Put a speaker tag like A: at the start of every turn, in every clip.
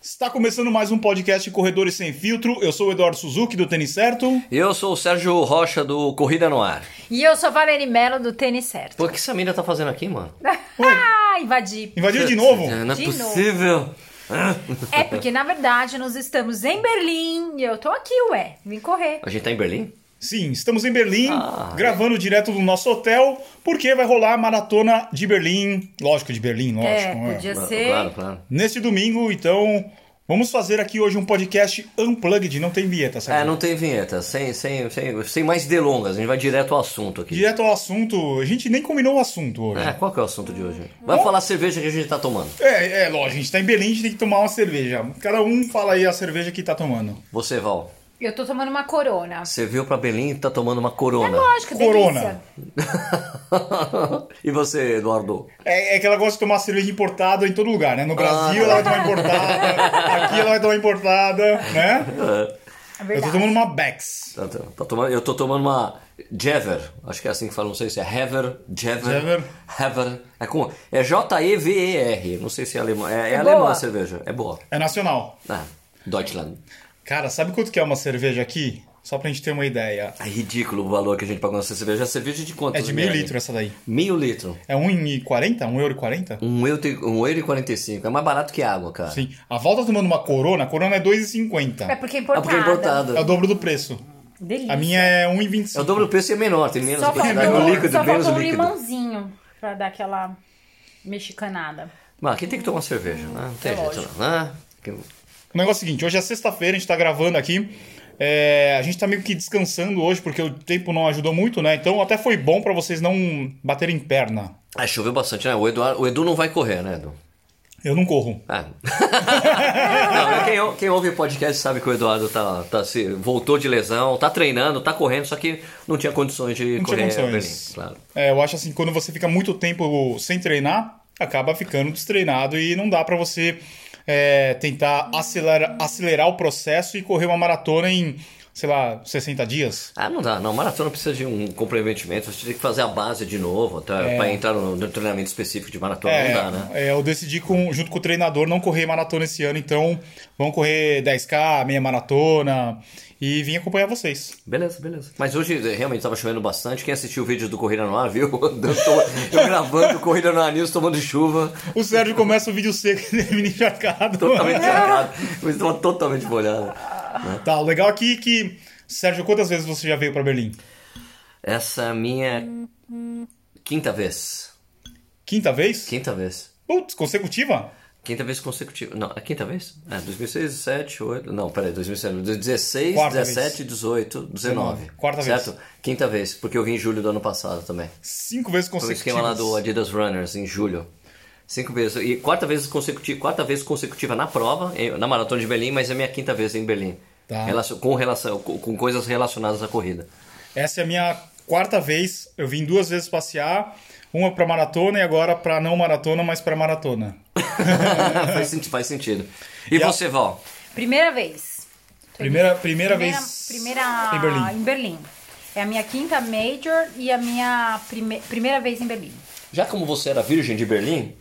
A: Está começando mais um podcast Corredores Sem Filtro. Eu sou o Eduardo Suzuki do Tênis Certo.
B: Eu sou o Sérgio Rocha do Corrida no Ar.
C: E eu sou Valeri Mello do Tênis Certo.
B: Pô, o que essa mina tá fazendo aqui, mano?
C: ah, invadi.
A: Invadiu de novo?
B: Não é
C: De novo.
B: possível.
C: É porque na verdade nós estamos em Berlim e eu tô aqui, ué. Vim correr.
B: A gente tá em Berlim?
A: Sim, estamos em Berlim,
B: Ah.
A: gravando direto do nosso hotel, porque vai rolar a maratona de Berlim. Lógico, de Berlim, lógico.
C: É,
A: né?
C: podia
B: Claro,
C: ser.
B: Ah, Claro, claro.
A: Neste domingo, então, vamos fazer aqui hoje um podcast unplugged, não tem vinheta, certo?
B: É, não tem vinheta, sem, sem, sem, sem mais delongas, a gente vai direto ao assunto aqui.
A: Direto ao assunto, a gente nem combinou o assunto hoje.
B: É, qual que é o assunto de hoje? Vai falar a cerveja que a gente tá tomando.
A: É, é, lógico, a gente tá em Berlim, a gente tem que tomar uma cerveja. Cada um fala aí a cerveja que tá tomando.
B: Você, Val,
C: Eu tô tomando uma corona.
B: você veio pra Berlim e tá tomando uma
C: É
B: corona.
C: lógico,
A: Corona.
C: delícia. É
B: e você, Eduardo?
A: É, é que ela gosta de tomar cerveja importada em todo lugar, né? No Brasil ela vai tomar importada, aqui ela vai tomar importada, né?
C: É
A: Eu tô
C: verdade.
A: tomando uma Bex.
B: Tá- tá- tá tomando- eu tô tomando uma Jever, acho que é assim que fala, não sei se é Hever, Jever,
A: Jever.
B: Hever, é com, é J-E-V-E-R, não sei se é alemã, é, é,
C: É
B: alemã
C: boa.
B: a cerveja, é boa,
A: É nacional.
B: ah, Deutschland.
A: Cara, sabe quanto que é uma cerveja aqui? Só pra gente ter uma ideia.
B: É ridículo o valor que a gente pagou nessa cerveja, a cerveja de quanto?
A: É de meio litro essa daí.
B: Meio litro,
A: É 1,40? 1,40€?
B: um euro, e- um euro e 45, é mais barato que água, cara.
A: Sim. A volta tomando uma corona, a corona é
C: É
A: 2,50.
C: porque é
B: É
C: importada.
B: porque é importado.
A: É o dobro do preço.
C: Delícia.
A: A minha é
B: É o
A: 1,25.
B: dobro do preço e é menor, tem menos
C: Só
B: quantidade do
C: faltou,
B: líquido,
C: só
B: menos
C: faltou um
B: líquido.
C: limãozinho pra dar aquela mexicanada.
B: Mas aqui tem que tomar cerveja, né? Não tem
C: É
B: jeito
C: lógico.
B: não, né? Que-
A: O negócio é o seguinte, hoje é sexta-feira, a gente tá gravando aqui. É, a gente tá meio que descansando hoje, porque o tempo não ajudou muito, né? Então até foi bom pra vocês não baterem perna.
B: Ah, choveu bastante, né? O, Eduardo, o Edu não vai correr, né, Edu?
A: Eu não corro.
B: Ah. Não, mas quem, ou- quem ouve o podcast sabe que o Eduardo tá, tá se, voltou de lesão, tá treinando, tá correndo, só que não tinha condições de
A: Não tinha
B: correr a
A: condições.
B: Berlim, claro.
A: É, eu acho assim, quando você fica muito tempo sem treinar, acaba ficando destreinado e não dá pra você é, tentar acelerar, acelerar o processo e correr uma maratona em, sei lá, 60 dias.
B: Ah, não dá, não. Maratona precisa de um comprometimento, você tem que fazer a base de novo tá, pra entrar no, no treinamento específico de maratona,
A: É,
B: não dá, né?
A: é, eu decidi com- junto com o treinador não correr maratona esse ano, então vamos correr 10K, meia maratona e vim acompanhar vocês.
B: Beleza, beleza. Mas hoje eh, realmente tava chovendo bastante. Quem assistiu o vídeo do Corrida no Ar viu? Eu, tô- eu gravando Corrida no Ar News tomando chuva,
A: O Sérgio começa o vídeo seco e termina encharcado.
B: totalmente encharcado. Eu estou totalmente molhado.
A: Tá, o legal aqui é que, Sérgio, quantas vezes você já veio pra Berlim?
B: Essa é a minha quinta vez.
A: Quinta vez?
B: Quinta vez.
A: Putz, consecutiva?
B: Quinta vez consecutiva. Não, a quinta vez? É, 2006, 17, 8. Não, peraí, 2007, 16,
A: Quarta
B: 17, 18, 19.
A: Quarta vez.
B: certo? Quinta vez, porque eu vim em julho do ano passado também.
A: Cinco vezes
B: Foi o
A: consecutivas.
B: esquema lá do Adidas Runners em julho. Cinco vezes. E quarta vez consecutiva, quarta vez consecutiva na prova, em- na maratona de Berlim, mas é a minha quinta vez em Berlim.
A: Tá.
B: Relacio- com, relação, com, com coisas relacionadas à corrida.
A: Essa é a minha quarta vez. Eu vim duas vezes passear. Uma pra maratona e agora pra não maratona, mas pra maratona.
B: faz, senti- faz sentido. E,
A: E a-
B: você, Val?
C: Primeira vez.
A: Primeira, primeira,
C: Primeira,
A: vez
C: primeira
A: em Berlim.
C: É a minha quinta major e a minha prime- primeira vez em Berlim.
B: Já como você era virgem de Berlim,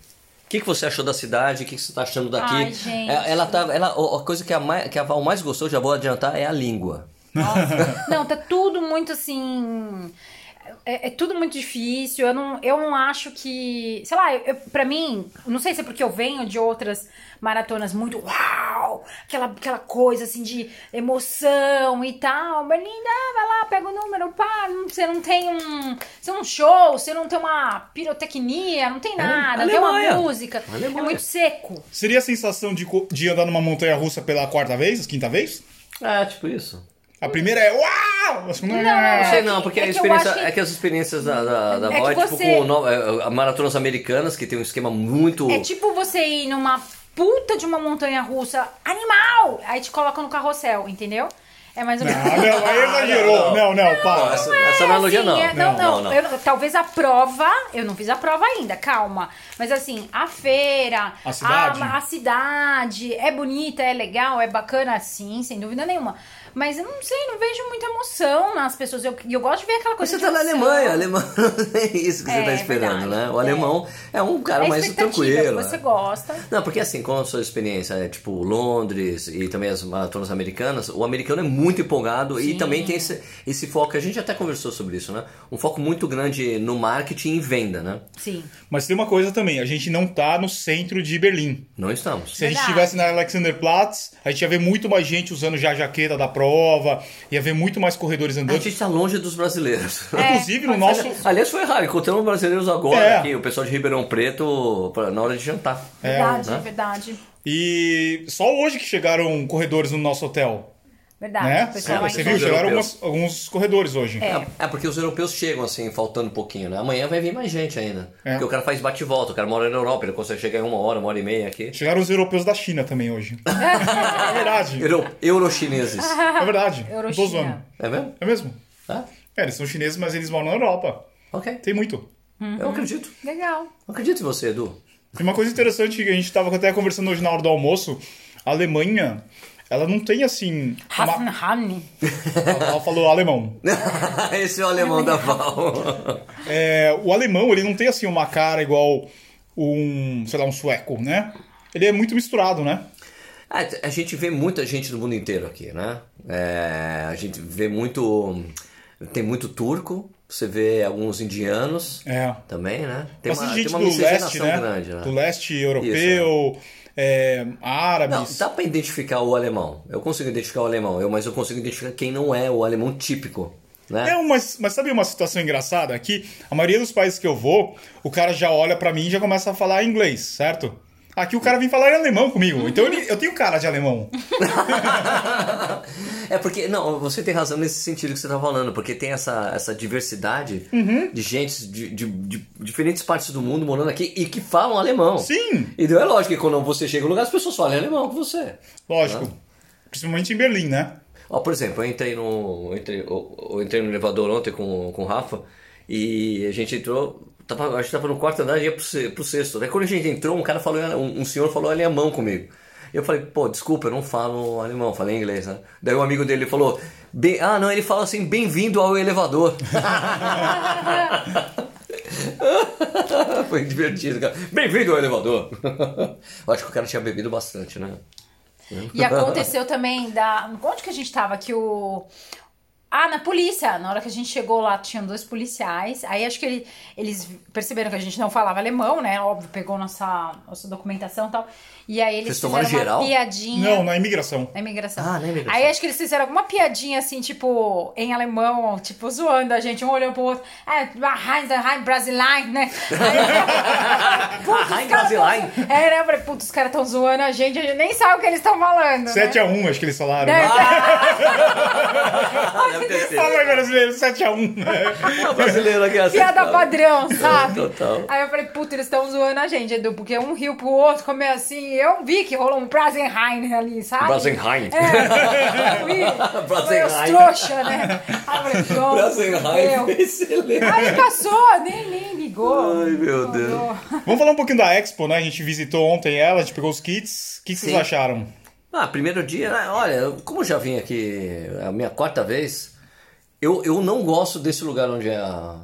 B: o que, que você achou da cidade? O que, que você está achando daqui?
C: Ai, gente.
B: É- Ela tá, ela, a coisa que a, mai- que a Val mais gostou, já vou adiantar, é a língua.
C: Nossa. não, tá tudo muito assim. É, é tudo muito difícil. Eu não, eu não acho que. Sei lá, eu, eu- pra mim, não sei se é porque eu venho de outras maratonas muito uau! Aquela, aquela coisa assim de emoção e tal. Berlim, ah, vai lá, pega o número, pá, não- você não tem um. Você não show, você não tem uma pirotecnia, não tem nada, não tem
B: É Alemanha.
C: uma música.
B: Alemanha.
C: É muito seco.
A: Seria a sensação de, co- de andar numa montanha russa pela quarta vez, quinta vez?
B: É, tipo isso.
A: A primeira é uau! A segunda é.
C: Não,
B: Não sei não, porque
C: É
B: a
C: que eu
B: experiência,
C: acho que-
B: é que as experiências da, da, da
C: É
B: Val é
C: que
B: tipo
C: você-
B: com no- é, é, maratonas americanas, que tem um esquema muito...
C: É tipo você ir numa puta de uma montanha russa, animal! Aí te coloca no carrossel, entendeu? É mais ou
A: Não,
C: menos.
A: não, aí exagerou. Não, não,
B: Não,
A: para.
B: essa, essa analogia
C: assim,
B: não.
C: é- não, não,
B: não.
C: eu não- talvez a prova, eu não fiz a prova ainda, calma. Mas assim, a feira,
A: A cidade?
C: a cidade, é bonita, é legal, é bacana, sim, sem dúvida nenhuma. Mas eu não sei, não vejo muita emoção nas pessoas. Eu, e eu gosto de ver aquela coisa
B: Você
C: de
B: tá na
C: emoção.
B: Alemanha, alemão não é isso que você
C: É,
B: tá esperando,
C: verdade.
B: né? O
C: É.
B: alemão é um cara
C: É a
B: mais
C: expectativa,
B: tranquilo. né?
C: Você gosta.
B: Não, porque assim, com a sua experiência, é, tipo Londres e também as maratonas americanas, o americano é muito empolgado e também tem esse, esse foco, a gente até conversou sobre isso, né? Um foco muito grande no marketing e em venda, né?
C: Sim.
A: Mas tem uma coisa também, a gente não tá no centro de Berlim.
B: Não estamos.
A: Se a gente
C: Verdade.
A: estivesse na Alexanderplatz, a gente ia ver muito mais gente usando já a jaqueta da prova, ia ver muito mais corredores
B: A
A: andando.
B: gente está longe dos brasileiros.
C: É,
A: Inclusive, no
C: pode
A: nosso-
C: ser isso.
B: Aliás, foi raro, encontramos brasileiros agora
A: É.
B: aqui, o pessoal de Ribeirão Preto, pra- na hora de jantar.
C: Verdade,
B: né?
C: verdade.
A: E só hoje que chegaram corredores no nosso hotel,
C: Verdade.
A: né?
C: o Ah, pessoal
A: Você
C: ainda-
A: viu, chegaram
B: Europeus.
A: algumas- alguns corredores hoje.
B: É, é, porque os europeus chegam assim, faltando um pouquinho, né? Amanhã vai vir mais gente ainda.
A: É.
B: Porque o cara faz bate e volta, o cara mora na Europa, ele consegue chegar em uma hora, uma hora e meia aqui.
A: Chegaram os europeus da China também hoje. é verdade,
B: Euro, eurochineses.
A: é verdade. Não tô
C: Eurochina.
A: zoando.
B: é mesmo?
A: É mesmo.
B: Tá?
A: É, eles são chineses, mas eles moram na Europa.
B: Ok.
A: Tem muito. Uhum.
B: Eu acredito.
C: Legal.
B: Eu acredito em você, Edu.
A: E uma coisa interessante que a gente estava até conversando hoje na hora do almoço, a Alemanha, ela não tem assim... uma-
C: Hoffenheim.
A: Ela falou alemão.
B: Esse é o alemão da Val.
A: É, o alemão, ele não tem assim uma cara igual um, sei lá, um sueco, né? Ele é muito misturado, né?
B: Ah, A gente vê muita gente do mundo inteiro aqui, né? É, a gente vê muito. Tem muito turco, você vê alguns indianos
A: É.
B: também, né? Tem
A: Bastante
B: tem
A: gente do leste, né?
B: grande, né?
A: Do leste europeu, é,
B: Não,
A: árabes.
B: dá pra identificar o alemão. Eu consigo identificar o alemão, eu, mas eu consigo identificar quem não é o alemão típico, né?
A: É, mas, mas sabe uma situação engraçada? Aqui, a maioria dos países que eu vou, o cara já olha pra mim e já começa a falar inglês, certo? Aqui o cara vem falar em alemão comigo. Então
B: Uhum.
A: ele- eu tenho cara de alemão.
B: É porque, não, você tem razão nesse sentido que você tá falando, porque tem essa, essa diversidade de gente de, de- de diferentes partes do mundo morando aqui e que falam alemão.
A: Sim.
B: Então é lógico que quando você chega no lugar, as pessoas falam em alemão com você.
A: Lógico.
B: Uhum.
A: Principalmente em Berlim, né?
B: Ó, por exemplo, eu entrei no, eu entrei, eu, eu entrei no elevador ontem com, com o Rafa e a gente entrou. Tava, a gente tava no quarto andar e ia pro, se- pro sexto. Daí quando a gente entrou, um cara falou, em ale- um, um senhor falou alemão comigo. Eu falei, pô, desculpa, eu não falo alemão, eu falei inglês, né? Daí um amigo dele falou, "Bem- ah, não, ele fala assim, bem-vindo ao elevador. Foi divertido, cara. Bem-vindo ao elevador. Eu acho que o cara tinha bebido bastante, né?
C: E aconteceu também da. Onde que a gente tava? Que o. Ah, na polícia. Na hora que a gente chegou lá, tinham dois policiais. Aí acho que ele- eles perceberam que a gente não falava alemão, né? Óbvio, pegou nossa, nossa documentação e tal. E aí eles
B: Vocês tomaram
C: fizeram
B: geral?
C: uma piadinha.
A: Não, é- na imigração.
C: Na imigração.
B: Ah, na imigração.
C: Aí acho que eles fizeram alguma piadinha assim, tipo, em alemão, tipo, zoando a gente, um olhando pro outro. Ah, Heinz, Heinz Brasilein, né? Aí, Putz, os
B: Heinz
C: caras tão-
B: Brasilein.
C: É, né? Eu falei, putz, os caras estão zoando a gente, a gente nem sabe o que eles estão falando. né?
A: 7x1, acho que eles falaram.
C: Deve tá
A: né?
B: Ah, Deve ter sido.
A: Fala, brasileiro, 7x1.
B: É o brasileiro aqui, assim.
C: Piada tá padrão, sabe?
B: Total.
C: Aí eu falei, puta, eles estão zoando a gente, Edu, porque um riu pro outro, como é assim, eu vi que rolou um Brasenheim ali, sabe?
B: Brasenheim.
C: É, eu vi. Foi os
B: Brasenheim.
C: trouxa, né? Aí eu falei, pronto,
B: Brasenheim,
C: meu.
B: excelente.
C: Aí passou, nem, nem ligou.
B: Ai, meu Deus.
C: Mandou.
A: Vamos falar um pouquinho da Expo, né? A gente visitou ontem ela, a gente pegou os kits. O que, que vocês
B: Sim.
A: acharam?
B: Ah, primeiro dia, ah, olha, eu- como eu já vim aqui a minha quarta vez, eu, eu não gosto desse lugar onde é a.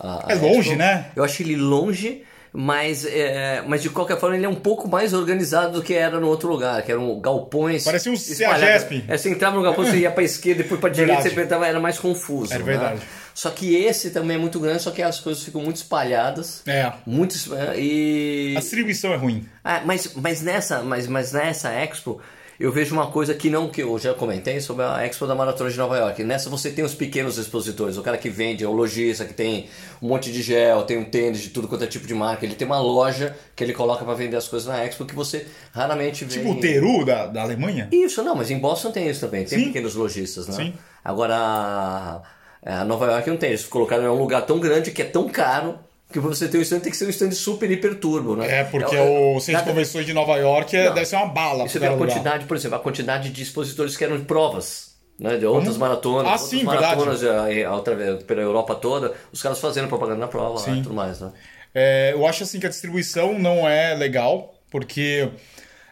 B: a- a
A: É longe,
B: Expo.
A: né?
B: Eu acho ele longe, mas, é, mas de qualquer forma ele é um pouco mais organizado do que era no outro lugar, que eram galpões.
A: Parecia um
B: espalhados.
A: CEAGESP.
B: É, você entrava no galpão, você ia pra esquerda e depois pra direita,
A: Verdade.
B: você apertava, era mais confuso.
A: Era
B: né?
A: verdade.
B: Só que esse também é muito grande, só que as coisas ficam muito espalhadas.
A: É.
B: Muito. es- E.
A: A distribuição é ruim.
B: Ah, mas, mas nessa, mas, mas nessa Expo, eu vejo uma coisa que não que eu já comentei sobre a Expo da Maratona de Nova York. Nessa você tem os pequenos expositores, o cara que vende, é o lojista que tem um monte de gel, tem um tênis de tudo quanto é tipo de marca, ele tem uma loja que ele coloca pra vender as coisas na Expo que você raramente vê.
A: Tipo
B: em-
A: o Teru da, da Alemanha?
B: isso, não, mas em Boston tem isso também. Tem
A: Sim.
B: pequenos lojistas, né?
A: Sim.
B: Agora, a- a Nova York não tem. Eles colocaram em um lugar tão grande que é tão caro que pra você ter um stand tem que ser um stand super hiper turbo, né?
A: É, porque
B: É,
A: o Centro
B: nada-
A: de Convenções de Nova York é-
B: Não.
A: deve ser uma bala.
B: Você
A: pra
B: vê a
A: cada lugar.
B: quantidade, por exemplo, a quantidade de expositores que eram de provas. né, de outras
A: Como?
B: maratonas,
A: Ah,
B: outras
A: sim, verdade.
B: maratonas eh, ao través- pela Europa toda, os caras fazendo propaganda na prova lá,
A: Sim.
B: e tudo mais, né?
A: É, eu acho assim que a distribuição não é legal, porque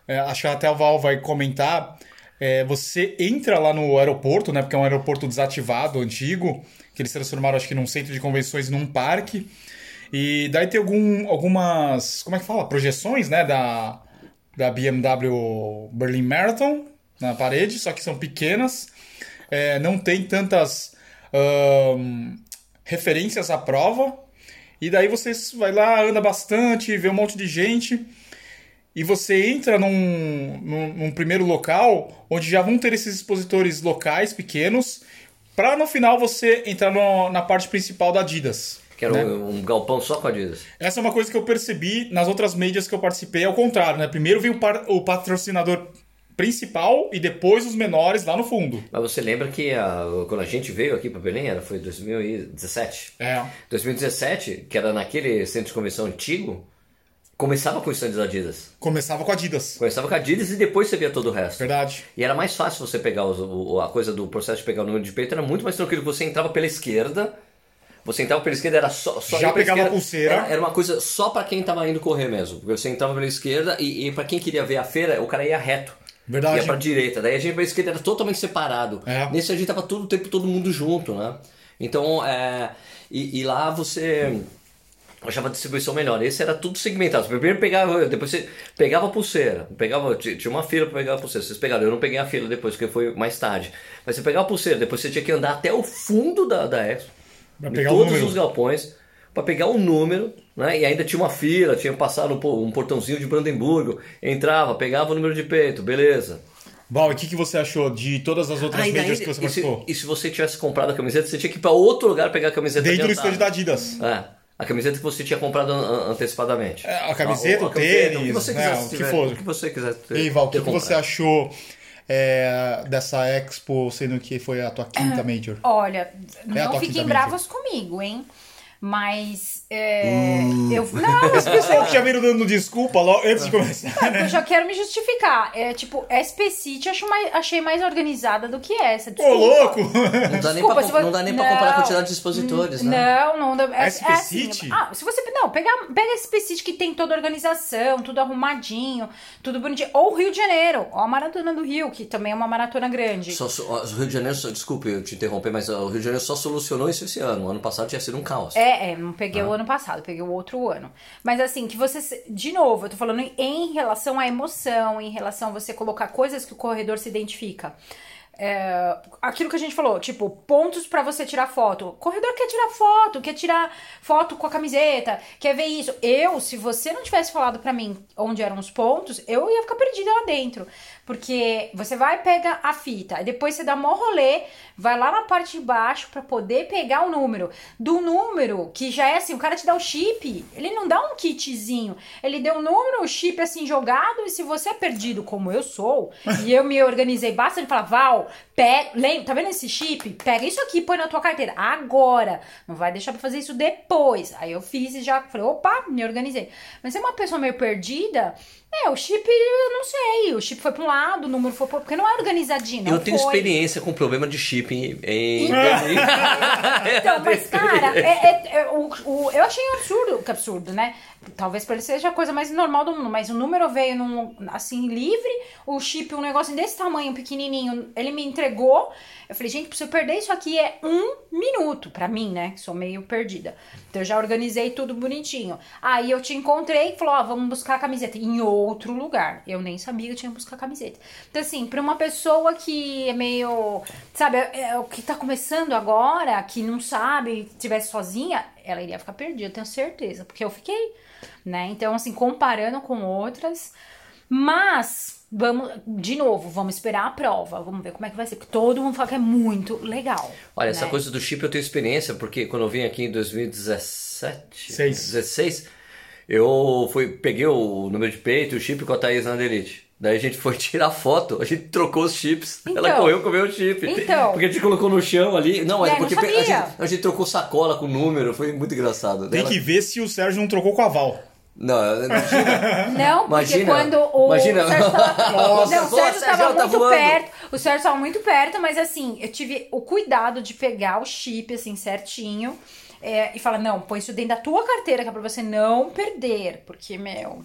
A: é, acho que até a Val vai comentar. é, você entra lá no aeroporto, né? Porque é um aeroporto desativado, antigo, que eles transformaram, acho que, num centro de convenções, num parque. E daí tem algum, algumas, como é que fala? Projeções, né? Da, da BMW Berlin Marathon na parede, só que são pequenas. É, não tem tantas ahn, referências à prova. E daí você vai lá, anda bastante, vê um monte de gente. E você entra num, num, num primeiro local onde já vão ter esses expositores locais pequenos. Pra no final você entrar no- na parte principal da Adidas.
B: Que era
A: né?
B: um, um galpão só com a Adidas.
A: Essa é uma coisa que eu percebi nas outras mídias que eu participei, é o contrário, né? Primeiro vem o, par- o patrocinador principal e depois os menores lá no fundo.
B: Mas você lembra que a- quando a gente veio aqui para Belém, era, foi 2017?
A: É.
B: 2017, que era naquele centro de convenção antigo, começava com os stands da Adidas.
A: Começava com a Adidas.
B: Começava com a Adidas e depois você via todo o resto.
A: Verdade.
B: E era mais fácil você pegar os- o- a coisa do processo de pegar o número de peito, era muito mais tranquilo. Você entrava pela esquerda, você entrava pela esquerda, era só. só
A: Já
B: ia pela
A: pegava
B: esquerda.
A: a pulseira.
B: Era, era uma coisa só pra quem tava indo correr mesmo. Porque você entrava pela esquerda e, e para quem queria ver a feira, o cara ia reto.
A: Verdade.
B: Ia pra direita. Daí a gente pra esquerda era totalmente separado.
A: É.
B: Nesse a gente tava todo o tempo todo mundo junto, né? Então, é, e, e lá você. Eu achava a distribuição melhor. Esse era tudo segmentado. Você primeiro pegava, depois você pegava a pulseira. Pegava, ti- tinha uma fila pra pegar a pulseira. Vocês pegaram, eu não peguei a fila depois, porque foi mais tarde. Mas você pegava a pulseira, depois você tinha que andar até o fundo da, da Expo.
A: Pra
B: em
A: pegar o
B: todos
A: número.
B: os galpões, pra pegar o número, né? E ainda tinha uma fila, tinha passado um po- um portãozinho de Brandemburgo. Entrava, pegava o número de peito, beleza.
A: Val, e o que, que você achou de todas as outras
B: Ah, e daí-
A: mídias que você
B: e se-
A: participou?
B: E se você tivesse comprado a camiseta, você tinha que ir pra outro lugar pegar a camiseta
A: Dentro do
B: adiantada.
A: estande da Adidas.
B: É, a camiseta que você tinha comprado an- an- antecipadamente. Ah,
A: É, a camiseta, o
B: o
A: tênis,
B: que você
A: né,
B: quiser,
A: o que
B: tiver,
A: for.
B: o que você quiser ter,
A: E aí, Val, o que,
B: ter
A: que você
B: comprado.
A: achou é, dessa Expo, sendo que foi a tua quinta Major?
C: Olha,
A: a
C: não
A: tua quinta
C: fiquem
A: mídia.
C: bravos comigo, hein? Mas é,
A: Uh.
C: eu não,
A: As pessoas que já viram dando desculpa logo antes de começar, né?
C: eu já quero me justificar. É tipo, SP City acho mais, achei mais organizada do que essa.
A: Ô,
C: desculpa.
A: louco!
B: Não dá nem
C: Desculpa,
B: pra,
C: se
B: com-
C: você-
B: não dá nem
C: Não.
B: pra comparar a quantidade de expositores, né?
C: Não, não. dá- É,
A: SP
C: é assim,
A: City?
C: Ah, se você. Não, pega, pega SP City que tem toda a organização, tudo arrumadinho, tudo bonitinho. Ou Rio de Janeiro, ou a Maratona do Rio, que também é uma maratona grande.
B: Só, so- ó, o Rio de Janeiro, só, desculpe eu te interromper, mas ó, o Rio de Janeiro só solucionou isso esse ano. O ano passado tinha sido um caos.
C: É, é, não peguei o ano passado, peguei o outro ano. Mas assim, que você. se- De novo, eu tô falando em relação à emoção, em relação a você colocar coisas que o corredor se identifica. É, aquilo que a gente falou, tipo, pontos pra você tirar foto. O corredor quer tirar foto, quer tirar foto com a camiseta, quer ver isso. Eu, se você não tivesse falado pra mim onde eram os pontos, eu ia ficar perdida lá dentro. Porque você vai, pega a fita, aí depois você dá mó rolê, vai lá na parte de baixo pra poder pegar o número. Do número, que já é assim, o cara te dá o chip, ele não dá um kitzinho. Ele deu o número, o chip assim jogado, e se você é perdido como eu sou, e eu me organizei bastante, ele fala, Val, pega, lembra, tá vendo esse chip? Pega isso aqui e põe na tua carteira, agora. Não vai deixar pra fazer isso depois. Aí eu fiz e já falei, opa, me organizei. Mas se é uma pessoa meio perdida, é, o chip, eu não sei, o chip foi pra um lado, o número foi pro porque não é organizadinho, não
B: eu tenho
C: foi.
B: experiência com problema de shipping em.
C: Então, mas, cara, é- é- é o- o- eu achei um absurdo, que absurdo, né? Talvez pra ele seja a coisa mais normal do mundo, mas o número veio num, assim, livre, o chip, um negócio desse tamanho, pequenininho, ele me entregou. Eu falei, gente, se eu perder isso aqui é um minuto, pra mim, né? Que sou meio perdida. Então, eu já organizei tudo bonitinho. Aí eu te encontrei e falou, ó, vamos buscar a camiseta em outro lugar. Eu nem sabia que eu tinha que buscar a camiseta. Então, assim, pra uma pessoa que é meio, sabe, é- é o que tá começando agora, que não sabe, estivesse sozinha, ela iria ficar perdida, eu tenho certeza, porque eu fiquei, né? Então, assim, comparando com outras, mas vamos, de novo, vamos esperar a prova, vamos ver como é que vai ser, porque todo mundo fala que é muito legal.
B: Olha,
C: né?
B: essa coisa do chip eu tenho experiência, porque quando eu vim aqui em 2017,
A: Seis.
B: 16, eu fui, peguei o número de peito e o chip com a Thaís na Delete. Daí a gente foi tirar foto, a gente trocou os chips. Ela
C: Então.
B: correu, comeu o chip.
C: Então.
B: Porque a gente colocou no chão ali. Não,
C: É,
B: mas
C: não
B: porque
C: sabia.
B: a gente, a gente trocou sacola com o número, foi muito engraçado. Daí
A: Tem
B: ela-
A: que ver se o Sérgio não trocou com a Val.
B: Não, imagina.
C: Não, porque
B: Imagina,
C: quando o
B: imagina.
C: Sérgio
B: Nossa,
C: tava, não, o Sérgio
B: o Sérgio
C: tava
B: tá
C: muito
B: voando.
C: perto, o Os senhores estavam muito perto, mas assim, eu tive o cuidado de pegar o chip, assim, certinho. é, e falar, não, põe isso dentro da tua carteira, que é pra você não perder. Porque, meu...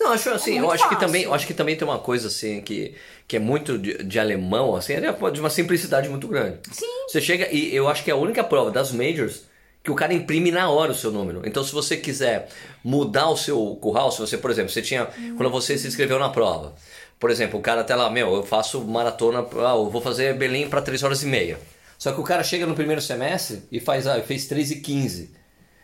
B: Não, acho assim, eu
C: É muito
B: acho que
C: fácil.
B: também, eu acho que também tem uma coisa assim que, que é muito de, de alemão, assim, é de uma simplicidade muito grande. Sim. Você chega e eu acho que é a única prova das majors que o cara imprime na hora o seu número. Então, se você quiser mudar o seu curral, se você, por exemplo, você tinha quando você se inscreveu na prova, por exemplo, o cara até lá, meu, eu faço maratona, ah, eu vou fazer Belém para 3 horas e meia. Só que o cara chega no primeiro semestre e faz, ah, fez 3 e 15.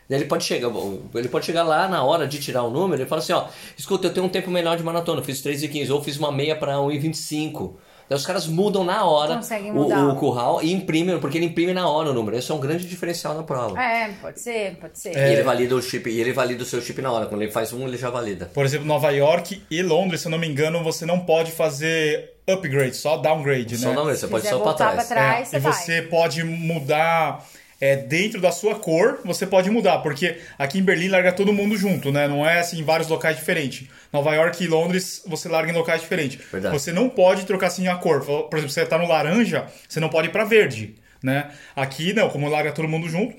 B: Daí Ele pode, chegar, ele pode chegar lá na hora de tirar o número e fala assim, ó, escuta, eu tenho um tempo melhor de maratona, eu fiz 3 e 15, ou fiz uma meia pra 1 e 25. Daí os caras mudam na hora
C: Conseguem
B: o,
C: mudar.
B: o curral e imprimem, porque ele imprime na hora o número. Isso é um grande diferencial na prova.
C: É, pode ser, pode ser.
A: É.
B: E ele valida o chip, e ele valida o seu chip na hora. Quando ele faz um, ele já valida.
A: Por exemplo, Nova York e Londres, se eu não me engano, você não pode fazer upgrade, só downgrade,
B: Só
A: né?
B: não, você
C: Se
B: pode
C: quiser
B: só pra
C: voltar
B: trás.
C: pra trás,
A: É,
C: você
A: e
C: vai.
A: você pode mudar é, dentro da sua cor, você pode mudar, porque aqui em Berlim larga todo mundo junto, né? Não é assim em vários locais diferentes. Nova York e Londres você larga em locais diferentes.
B: Verdade.
A: Você não pode trocar assim a cor. Por exemplo, você tá no laranja, você não pode ir pra verde, né? Aqui não, como larga todo mundo junto,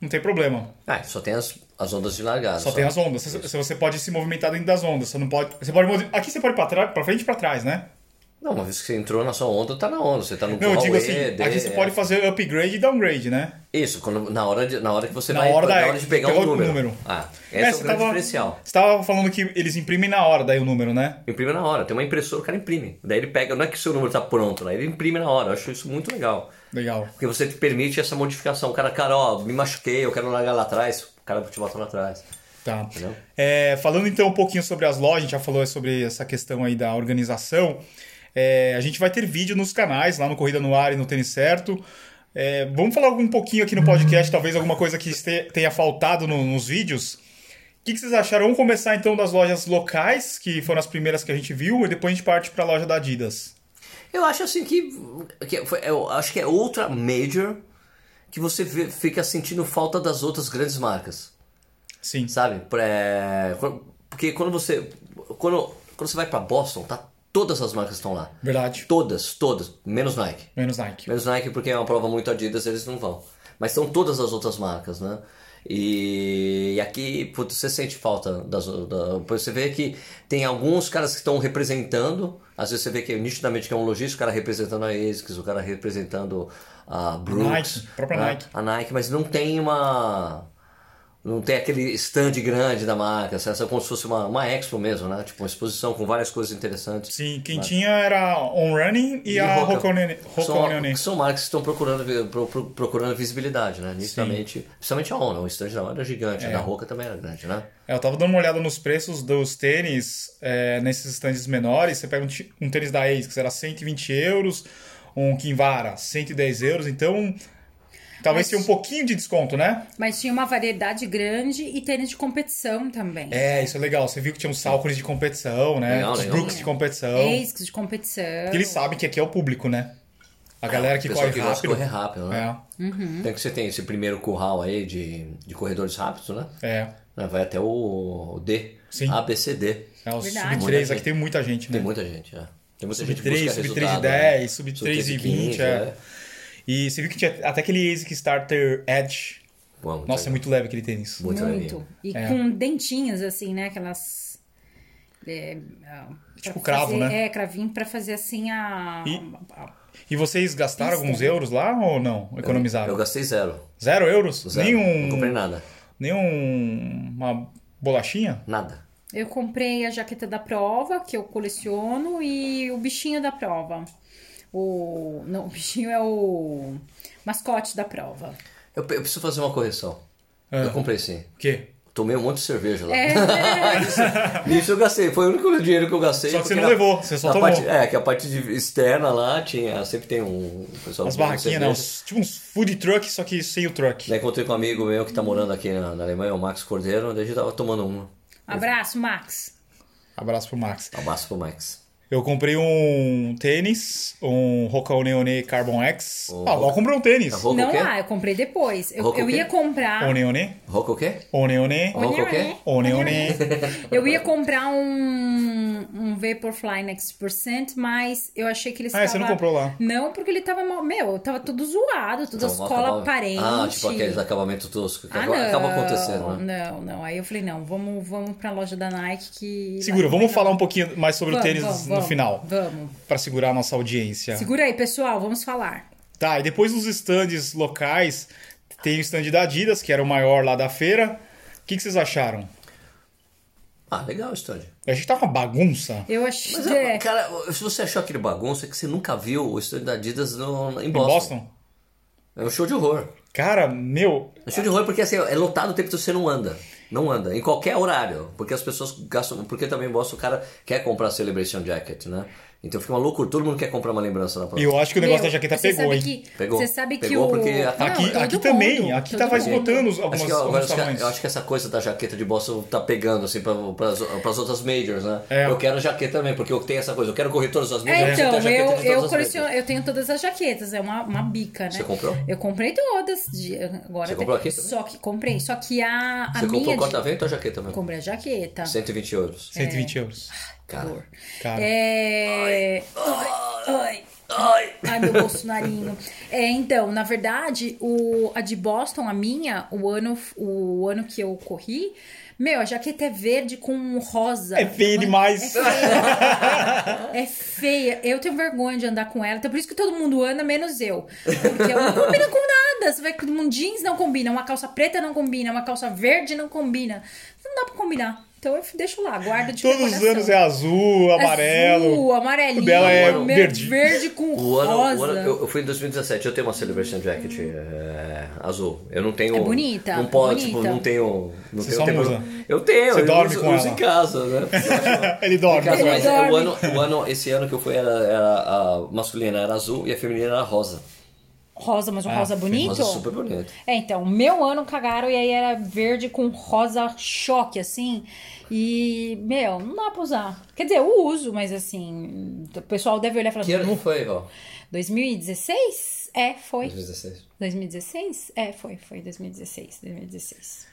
A: não tem problema.
B: Ah, só tem as, as ondas de largada.
A: Só tem as ondas. Você, você pode se movimentar dentro das ondas. Você não pode. Você pode modi- aqui você pode ir pra, trás, pra frente e pra trás, né?
B: Não, uma vez que você entrou na sua onda, tá na onda. Você tá no
A: Não, eu
B: curral
A: digo
B: E,
A: assim,
B: D,
A: aqui você
B: F.
A: pode fazer upgrade e downgrade, né?
B: Isso, quando, na, hora de, na hora que você
A: Na
B: vai
A: hora da-
B: na hora de pegar,
A: pegar
B: o
A: o
B: número.
A: número.
B: Ah, esse é, o
A: você
B: grande diferencial.
A: Você tava falando que eles imprimem na hora daí o número, né?
B: Imprime na hora, tem uma impressora, o cara imprime. Daí ele pega, não é que o seu número tá pronto, né? Ele imprime na hora, eu acho isso muito legal.
A: Legal.
B: Porque você te permite essa modificação. O cara, cara, ó, me machuquei, eu quero largar lá atrás, o cara te bota lá atrás.
A: Tá.
B: Entendeu?
A: É, falando então um pouquinho sobre as lojas, a gente já falou sobre essa questão aí da organização. É, a gente vai ter vídeo nos canais, lá no Corrida no Ar e no Tênis Certo. É, vamos falar um pouquinho aqui no podcast, talvez alguma coisa que este- tenha faltado no- nos vídeos. O que, que vocês acharam? Vamos começar então das lojas locais, que foram as primeiras que a gente viu, e depois a gente parte para a loja da Adidas.
B: Eu acho assim que. que foi- eu acho que é outra major que você vê- fica sentindo falta das outras grandes marcas.
A: Sim.
B: sabe? Pré- quando- Porque quando você quando, quando você vai pra Boston, tá todas as marcas estão lá.
A: Verdade.
B: Todas, todas, menos Nike.
A: Menos Nike.
B: Menos Nike porque é uma prova muito Adidas, eles não vão. Mas são todas as outras marcas, né? E, e aqui, putz, você sente falta das da, Você vê que tem alguns caras que estão representando. Às vezes você vê que nitidamente que é um lojista, o cara representando a ASICS, o cara representando a Brooks.
A: Nike, própria
B: né?
A: Nike.
B: A Nike, mas não tem uma. Não tem aquele stand grande da marca, sabe? Essa é como se fosse uma, uma expo mesmo, né? Tipo, uma exposição com várias coisas interessantes.
A: Sim, quem tinha era On Running e, a
B: Roca.
A: Roconene.
B: São, são marcas que estão procurando, vi- pro- pro- procurando visibilidade, né? Nitidamente. Principalmente a ONU, o stand da ONU era gigante, a
A: É.
B: da Roca também era grande, né?
A: Eu tava dando uma olhada nos preços dos tênis é, nesses stands menores. Você pega um, ti- um tênis da ASICS, era 120 euros, um Kinvara, 110 euros. Então, talvez
C: Mas-
A: tenha um pouquinho de desconto, né?
C: Mas tinha uma variedade grande e tênis de competição também.
A: É, isso é legal. Você viu que tinha uns Salcores de competição, né?
B: Legal,
A: os
B: legal.
A: Brooks de competição.
C: Ex É de competição.
A: é um Porque eles sabem que aqui é o público, né? A galera que
B: O pessoal
A: corre
B: gosta de
A: rápido.
B: correr rápido, né?
A: É,
B: Tem que você tem esse primeiro curral aí de, de corredores rápidos, né?
A: é.
B: Né, Vai até o D,
A: Sim.
B: ABCD.
A: É, os
C: Verdade.
A: sub-3, aqui tem muita gente, né?
B: Tem muita gente, é. Tem muita gente
A: Sub
B: que
A: 3, sub 3
B: busca
A: e
B: resultado,
A: 10,
B: né?
A: sub 3 e
B: 15,
A: 20, é. E você viu que tinha até aquele ASIC Starter Edge.
B: Pô, muito
A: Nossa, é
B: legal.
A: muito leve aquele tênis.
B: Muito legal.
C: Muito. E
B: É.
C: com dentinhos, assim, né? Aquelas. é, ah,
A: Tipo
C: pra
A: cravo,
C: fazer-
A: né?
C: É, cravinho pra fazer assim a. a-
A: E vocês gastaram
C: Pista.
A: alguns euros lá ou não? Economizaram?
B: Eu gastei zero.
A: Zero euros?
B: zero. Não comprei
A: Nenhum.
B: nada.
A: Nenhum. Uma bolachinha?
B: Nada.
C: Eu comprei a jaqueta da prova, que eu coleciono, e o bichinho da prova. O. Não, o bichinho é o mascote da prova.
B: Eu, pe- eu preciso fazer uma correção.
A: Ah.
B: Eu comprei sim.
A: O quê?
B: Tomei um monte de cerveja lá.
C: É,
B: Isso eu gastei, foi o único dinheiro que eu gastei.
A: Só que você
B: porque
A: não
B: na-
A: levou, você só
B: na
A: tomou.
B: parte- é, que a parte de- externa lá tinha. Sempre tem um. o Pessoal
A: As
B: que vende
A: barraquinhas,
B: cerveja.
A: não. Os- Tipo uns food truck, só que sem o truck.
B: Daí encontrei com um amigo meu que tá morando aqui na, na Alemanha, o Max Cordeiro, daí a gente tava tomando uma.
C: abraço, Max.
A: Abraço pro Max.
B: Abraço pro Max.
A: Eu comprei um tênis, um Roca One Carbon X.
B: O
A: ah,
B: Roca-
A: agora comprei um tênis.
B: É Roca o
C: não
B: quê?
C: lá, eu comprei depois. Eu,
B: Roca o
C: eu
B: quê?
C: ia comprar. né?
A: One One.
B: Roca o quê?
A: One One.
B: Roca o quê?
A: One One.
C: Eu ia comprar um, um Vaporfly Next Percent, mas eu achei que ele
A: Ah,
C: estava...
A: é, você não comprou lá.
C: Não, porque ele tava mal... Meu, tava tudo zoado, toda
B: Então,
C: escola
B: acabava-
C: parente.
B: Ah, tipo aqueles acabamentos toscos que
C: Ah,
B: acaba-
C: não.
B: acaba acontecendo, né?
C: Não, não. Aí eu falei, não, vamos, vamos pra loja da Nike que...
A: Segura,
C: vai-
A: vamos
C: vai-
A: falar um pouquinho mais sobre
C: Vamos,
A: o tênis
C: vamos,
A: no
C: vamos,
A: final, É.
C: Vamos.
A: Pra segurar a nossa audiência.
C: Segura aí, pessoal, vamos falar.
A: Tá, e depois nos stands locais, tem o stand da Adidas, que era o maior lá da feira. O que, que vocês acharam?
B: Ah, legal o stand.
A: A gente tá uma bagunça.
C: Eu achei...
B: Mas,
C: é,
B: cara, se você achou aquele bagunça, é que você nunca viu o stand da Adidas no- em,
A: Em
B: Boston.
A: Boston?
B: É um show de horror.
A: Cara, meu,
B: É um show de horror porque assim, é lotado o tempo todo, você não anda. Não anda, em qualquer horário. Porque as pessoas gastam. Porque também em Boston o cara quer comprar a Celebration Jacket, né? Então fica uma loucura, todo mundo quer comprar uma lembrança na
A: eu acho que o negócio
C: meu,
A: da jaqueta
C: você
A: pegou, hein?
C: sabe que-
B: Pegou.
C: Você sabe que
B: Pegou
C: o...
B: porque a-
C: Não,
A: Aqui,
C: todo
A: aqui também,
C: mundo,
A: aqui
C: todo
A: tava
C: mundo.
A: esgotando os-
B: Acho
A: algumas,
B: que, eu,
A: alguns
B: acho que-
A: tamanhos.
B: eu acho que essa coisa da jaqueta de Boston tá pegando, assim, pra, pras, pras outras majors, né?
A: É.
B: Eu quero jaqueta também, porque eu tenho essa coisa, eu quero correr todas as majors,
C: É,
B: eu
C: então,
B: tenho a jaqueta
C: eu,
B: de todas
C: eu,
B: as
C: coleciono,
B: majors.
C: eu tenho todas as jaquetas, é uma, uma bica, né?
B: Você comprou?
C: Eu comprei todas. de-
B: Você
C: agora tem-
B: comprou aqui também?
C: Só que comprei, só que a, a
B: Você
C: minha.
B: comprou
C: de- É.
B: corta-vento ou jaqueta mesmo?
C: comprei a jaqueta.
B: 120 euros.
A: 120 euros.
B: Cara.
A: Cara.
C: É. Ai,
B: Ai!
C: ai, meu bolsonarinho. É, então, na verdade, o, a de Boston, a minha, o ano, o ano que eu corri, meu, a jaqueta é verde com rosa.
A: É feia demais.
C: É feia. Eu tenho vergonha de andar com ela. Então, por isso que todo mundo anda, menos eu. Porque eu não combino com nada. Você vai com um jeans, não combina. Uma calça preta não combina. Uma calça verde não combina. Não dá pra combinar. Então, eu deixo lá. Guardo de
A: Todos os
C: recordação.
A: anos é azul, amarelo.
C: Azul, amarelinho.
A: O dela é
C: meu,
A: verde.
C: Verde com
B: O ano,
C: rosa.
B: o ano- eu, eu fui em 2017, eu tenho uma Celebration Jacket é, azul. Eu não tenho.
C: É bonita,
B: Não pode,
C: bonita.
B: tipo, não tenho. Não
A: Você
B: tenho
A: só
B: tempo-
A: usa.
B: Eu tenho,
A: Você
B: eu
A: dorme
B: uso,
A: com
B: uso
A: ela.
B: em casa, né?
A: Ele dorme.
B: Cara,
C: Ele
B: mas é, o
C: dorme.
B: ano, o ano, esse ano que eu fui era, era a masculina era azul e a feminina era rosa.
C: Rosa, mas um
A: Ah,
C: rosa
A: sim,
C: bonito.
B: Rosa super bonito.
C: É, então, o meu ano cagaram e aí era verde com rosa choque, assim. E, meu, não dá pra usar. Quer dizer, eu uso, mas assim, o pessoal deve olhar e falar. assim,
B: Que ano que foi, Val?
C: 2016? É, foi.
B: 2016.
C: 2016? É, foi, foi 2016, 2016.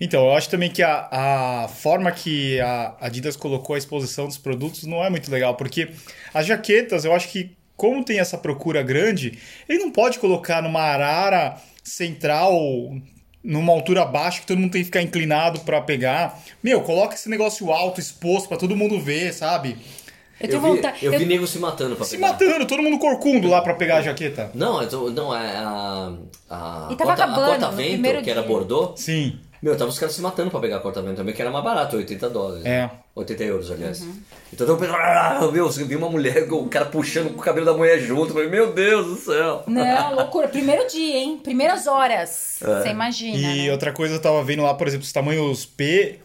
A: Então, eu acho também que a, a forma que a Adidas colocou a exposição dos produtos não é muito legal, porque as jaquetas, eu acho que, como tem essa procura grande, ele não pode colocar numa arara central, numa altura baixa, que todo mundo tem que ficar inclinado pra pegar. Meu, coloca esse negócio alto, exposto, pra todo mundo ver, sabe?
C: Eu tenho
B: vi,
C: vontade.
B: eu
C: eu-
B: vi nego se matando pra
A: Se
B: pegar.
A: matando, todo mundo corcundo lá pra pegar a jaqueta.
B: Não, eu tô- não, é a. A,
C: E tava
B: corta-
C: acabando
B: a
C: no
B: vento,
C: primeiro
B: que era
C: dia.
B: Bordeaux,
A: Sim.
B: Meu, tava os caras se matando pra pegar a corta-vento também, que era mais barato, 80 dólares.
A: É.
B: 80 euros, aliás.
C: Uhum.
B: Então eu tô meu, eu vi uma mulher, o cara puxando o cabelo da mulher junto. eu Falei, meu Deus do céu.
C: Não, loucura. Primeiro dia, hein? Primeiras
B: É.
C: horas. Você imagina.
A: E
C: né?
A: outra coisa, eu tava vendo lá, por exemplo, os tamanhos P.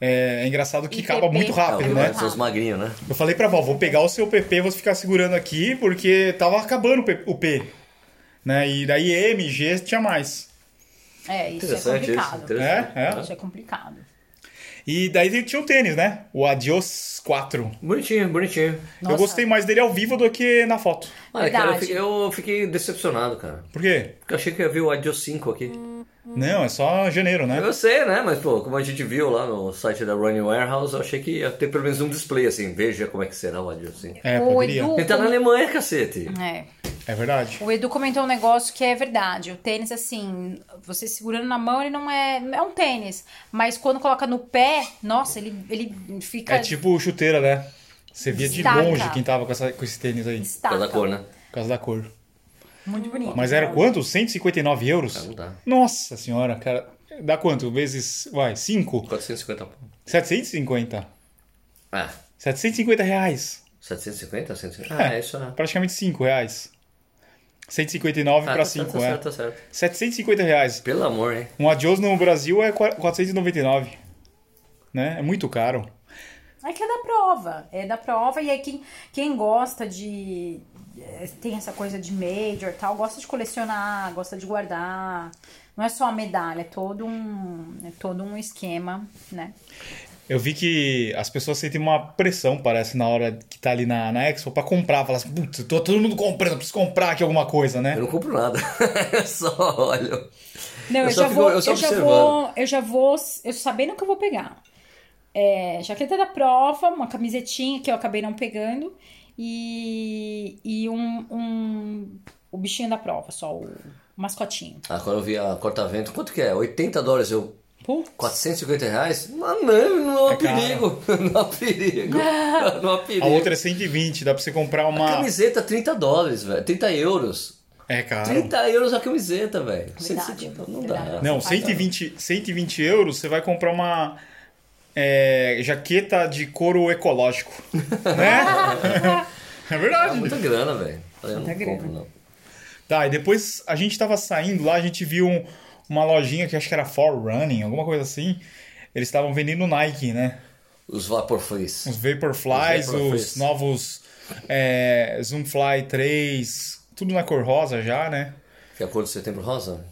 A: É, é engraçado que
C: E então,
A: acaba
C: PP.
A: muito
B: É,
A: rápido,
B: o
A: né?
B: Val,
C: tá.
B: São os magrinhos, né?
A: Eu falei pra Val, vou pegar o seu PP, vou ficar segurando aqui, porque tava acabando o P- o P. Né? E daí M, G tinha mais.
C: É, isso é
B: Interessante isso.
C: complicado.
B: Interessante.
A: É, é.
C: Isso é complicado.
A: E daí tinha o tênis, né? O Adios 4.
B: Bonitinho, bonitinho.
C: Nossa.
A: Eu gostei mais dele ao vivo do que na foto.
B: Olha, cara, eu
C: Verdade.
B: fiquei, eu fiquei decepcionado, cara.
A: Por quê?
B: Porque eu achei que ia ver o Adios 5 aqui.
C: Hum.
A: Não, é só janeiro, né?
B: Eu sei, né? Mas, pô, como a gente viu lá no site da Running Warehouse, eu achei que ia ter pelo menos um display, assim. Veja como é que será o Adios 5.
A: É,
C: o
A: poderia.
C: Edu.
B: Ele tá na Alemanha, cacete.
C: É.
A: É verdade.
C: O Edu comentou um negócio que é verdade. O tênis, assim, você segurando na mão, ele não é. É um tênis. Mas quando coloca no pé, nossa, ele, ele fica.
A: É tipo chuteira, né? Você via de
C: Destaca.
A: longe quem tava com, essa- com esse tênis aí,
B: Por
C: estaca.
B: causa da cor, né?
A: por causa da cor.
C: Muito bonito.
A: Mas era quanto? 159 euros?
B: Tá, não dá.
A: Nossa senhora, cara. Dá quanto? Vezes, vai, 5?
B: 450 pau.
A: 750.
B: Ah,
A: 750 reais.
B: 750? 150? Ah, é isso, né?
A: Praticamente 5 reais. 159
B: Ah,
A: para
B: tá
A: 5,
B: certo, tá
A: é.
B: certo, tá certo.
A: 750 reais.
B: Pelo amor, hein?
A: Um adios no Brasil é 4- 499. Né? É muito caro.
C: É que é da prova. É da prova. E aí, quem, quem gosta de. é, Tem essa coisa de major e tal, gosta de colecionar, gosta de guardar. Não é só a medalha, é todo um, é todo um esquema, né?
A: Eu vi que as pessoas sentem uma pressão, parece, na hora que tá ali na, na Expo pra comprar. Falar assim, putz, tô todo mundo comprando, preciso comprar aqui alguma coisa, né?
B: Eu não compro nada. Eu só olho.
C: Não, eu,
B: só
C: já
B: fico-
C: vou,
B: eu
C: eu,
B: só
C: já
B: observando.
C: vou, eu já vou, eu sabendo que eu vou pegar. é, jaqueta da prova, uma camisetinha que eu acabei não pegando e, e um, um- o bichinho da prova, só o mascotinho.
B: Ah, quando eu vi a corta-vento, quanto que é? 80 dólares, eu...
C: Putz.
B: 450 reais? Mas não, não há
A: É caro.
B: perigo. Não há perigo. Não há perigo.
A: A outra é 120, dá pra você comprar uma.
B: Camiseta 30 dólares, velho. 30 euros.
A: É caro.
B: 30 euros a camiseta, velho.
C: Verdade,
B: 150 não
C: verdade.
B: dá.
A: Não,
C: Você paga-
A: 120, 120 euros você vai comprar uma é, jaqueta de couro ecológico. Né? é
B: É
A: verdade.
B: muita grana, velho. Eu não
C: Muita
B: compro,
C: grana.
B: não.
A: Tá, e depois a gente tava saindo lá, a gente viu um- uma lojinha que acho que era For Running, alguma coisa assim. Eles estavam vendendo Nike, né?
B: Os Vaporflies.
A: Os Vaporflies,
B: Os
A: os,
B: Vaporflies.
A: novos é, Zoomfly 3, tudo na cor rosa já, né?
B: Que é a cor do setembro rosa?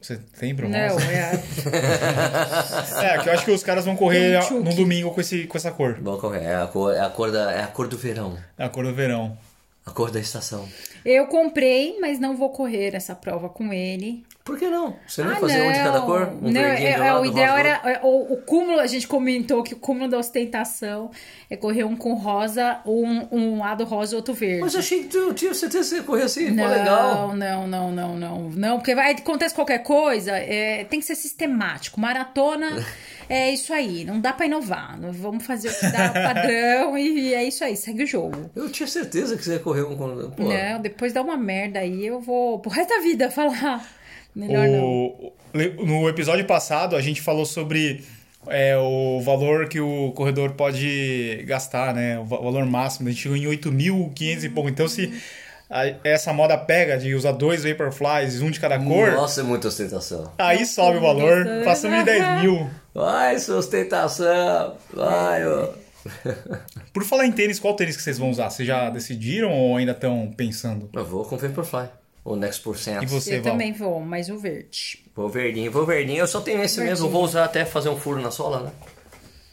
A: Setembro, rosa.
C: Não, é a-
A: É, que eu acho que os caras vão correr
C: Chuck.
A: no domingo com, esse, com essa cor.
B: Bom, qual é? É a cor, é a cor, da, é a cor do verão.
A: A cor do verão.
B: A cor da estação.
C: eu comprei, mas não vou correr essa prova com ele.
B: Por que não? Você não
C: Ah,
B: ia fazer um de cada cor? Um
C: não,
B: verdinho
C: é,
B: de um lado,
C: é, o
B: rosa do
C: ideal
B: outro?
C: era. é, O, o cúmulo, a gente comentou que o cúmulo da ostentação é correr um com rosa, um, um lado rosa e outro verde.
B: Mas eu achei que tu- eu tinha certeza que você corria assim. Pô,
C: não,
B: legal.
C: não, não, não, não, não, porque vai, acontece qualquer coisa, é, tem que ser sistemático. Maratona é isso aí, não dá pra inovar. não- Vamos fazer o que dá o padrão e, é isso aí, segue o jogo.
B: Eu tinha certeza que você ia correr um com... Pô,
C: Não, depois dá uma merda aí, eu vou pro resto da vida falar. Melhor não.
A: O- le- no episódio passado, a gente falou sobre é, o valor que o corredor pode gastar, né? O va- valor máximo. A gente chegou em 8.500 e pouco. Então, se a- essa moda pega de usar dois Vaporflies, um de cada cor,
B: Nossa, é muita ostentação.
A: aí sobe o valor.
C: Nossa.
A: Passamos de 10 mil.
B: Vai, sua ostentação. Vai, ó.
A: Por falar em tênis, qual tênis que vocês vão usar? Vocês já decidiram ou ainda estão pensando?
B: Eu vou com o Vaporfly. O Next Percent.
A: E você,
C: Eu
A: Val?
C: também vou, mas o verde.
B: Vou verdinho, vou verdinho. Eu só tenho esse
C: Verdinho.
B: mesmo. Vou usar até fazer um furo na sola, né?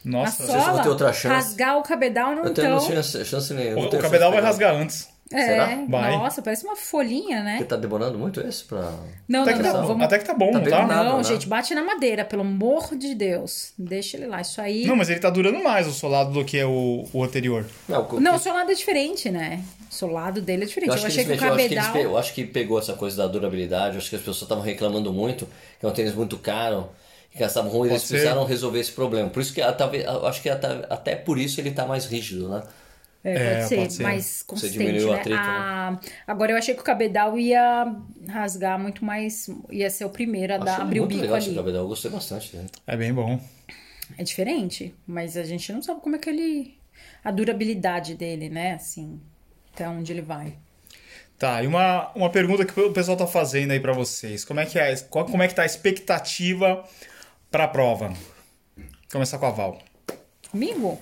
C: A
A: Nossa,
C: sola,
B: vão ter outra chance.
C: rasgar o cabedal, não
B: Eu tenho
C: então.
B: chance, chance nenhuma.
A: o,
B: não
A: o
B: tenho
A: cabedal
B: chance
A: vai
B: de pegar.
A: rasgar antes.
C: É,
B: Será?
A: Vai.
C: nossa, parece uma folhinha,
B: Porque
C: né?
B: tá demorando muito esse pra...
C: Não,
A: Até
C: não,
A: que, tá,
C: não.
A: bom.
C: Vamos...
A: até que tá bom,
B: Tá
A: não
B: bem
A: tá?
B: nada,
C: Não,
B: né?
C: gente, bate na madeira, pelo amor de Deus. Deixa ele lá. Isso aí.
A: Não,
C: Não,
A: mas ele tá durando mais o solado do que o, o anterior.
B: Não, o-
C: o solado é diferente, né? O solado dele é diferente.
B: Eu
C: Eu,
B: acho, que
C: achei
B: eles,
C: que o
B: mexeram- eu, acho que eles
C: cabedal.
B: pe- eu acho que pegou essa coisa da durabilidade, eu acho que as pessoas estavam reclamando muito, que é um tênis muito caro, que gastavam ruim, eles
A: Pode ser.
B: precisaram resolver esse problema. Por isso que a- talvez- eu acho que a- até por isso ele tá mais rígido, né?
C: É, pode,
A: É,
C: ser,
A: pode ser.
C: mais consistente,
B: diminuiu o
C: né?
B: atrito, né?
C: Ah, Agora eu achei que o cabedal ia rasgar muito mais. Ia ser o primeiro a dar,
B: Achei
C: abrir o
B: muito
C: bico
B: legal esse
C: ali.
B: cabedal, eu gostei bastante. Né?
A: É bem bom.
C: É diferente, mas a gente não sabe como é que ele. A durabilidade dele, né? Assim, até onde ele vai.
A: Tá, e uma, uma pergunta que o pessoal tá fazendo aí pra vocês. Como é que é, qual, como é que tá a expectativa pra prova? Começar com a Val.
C: Comigo?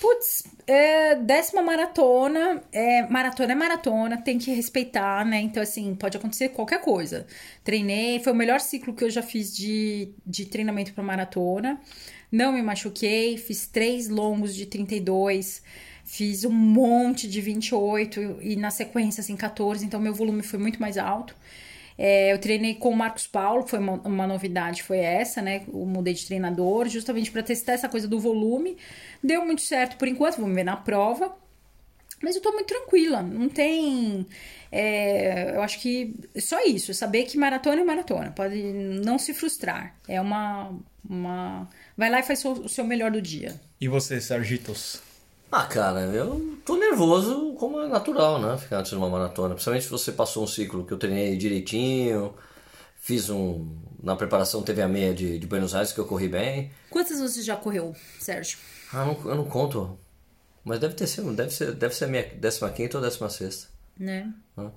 C: Putz, é, décima maratona, é, maratona é maratona, tem que respeitar, né? Então, assim, pode acontecer qualquer coisa. Treinei, foi o melhor ciclo que eu já fiz de, de treinamento para maratona. Não me machuquei, fiz três longos de 32, fiz um monte de 28 e na sequência, assim, 14, então meu volume foi muito mais alto. É, eu treinei com o Marcos Paulo, foi uma, uma novidade, foi essa, né? Eu mudei de treinador, justamente para testar essa coisa do volume. Deu muito certo por enquanto, vamos ver na prova. Mas eu tô muito tranquila, não tem. é, eu acho que só isso, saber que maratona é maratona, pode não se frustrar. É uma. uma vai lá e faz o seu melhor do dia.
A: E você, Sargitos?
B: Ah, cara, eu tô nervoso, como é natural, né? Ficar antes de uma maratona. Principalmente se você passou um ciclo que eu treinei direitinho, fiz um. Na preparação teve a meia de, de Buenos Aires que eu corri bem.
C: Quantas você já correu, Sérgio?
B: Ah, não- eu não conto. Mas deve ter sido, deve ser, deve ser a minha 15 ou 16.
C: Né?
B: né?